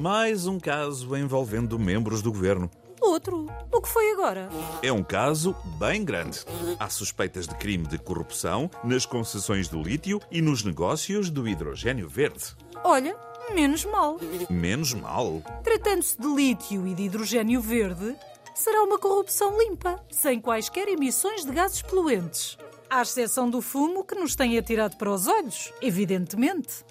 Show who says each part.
Speaker 1: Mais um caso envolvendo membros do governo.
Speaker 2: Outro? O que foi agora?
Speaker 1: É um caso bem grande. Há suspeitas de crime de corrupção nas concessões do lítio e nos negócios do hidrogênio verde.
Speaker 2: Olha, menos mal.
Speaker 1: Menos mal.
Speaker 2: Tratando-se de lítio e de hidrogênio verde, será uma corrupção limpa, sem quaisquer emissões de gases poluentes. À exceção do fumo que nos tem atirado para os olhos, evidentemente.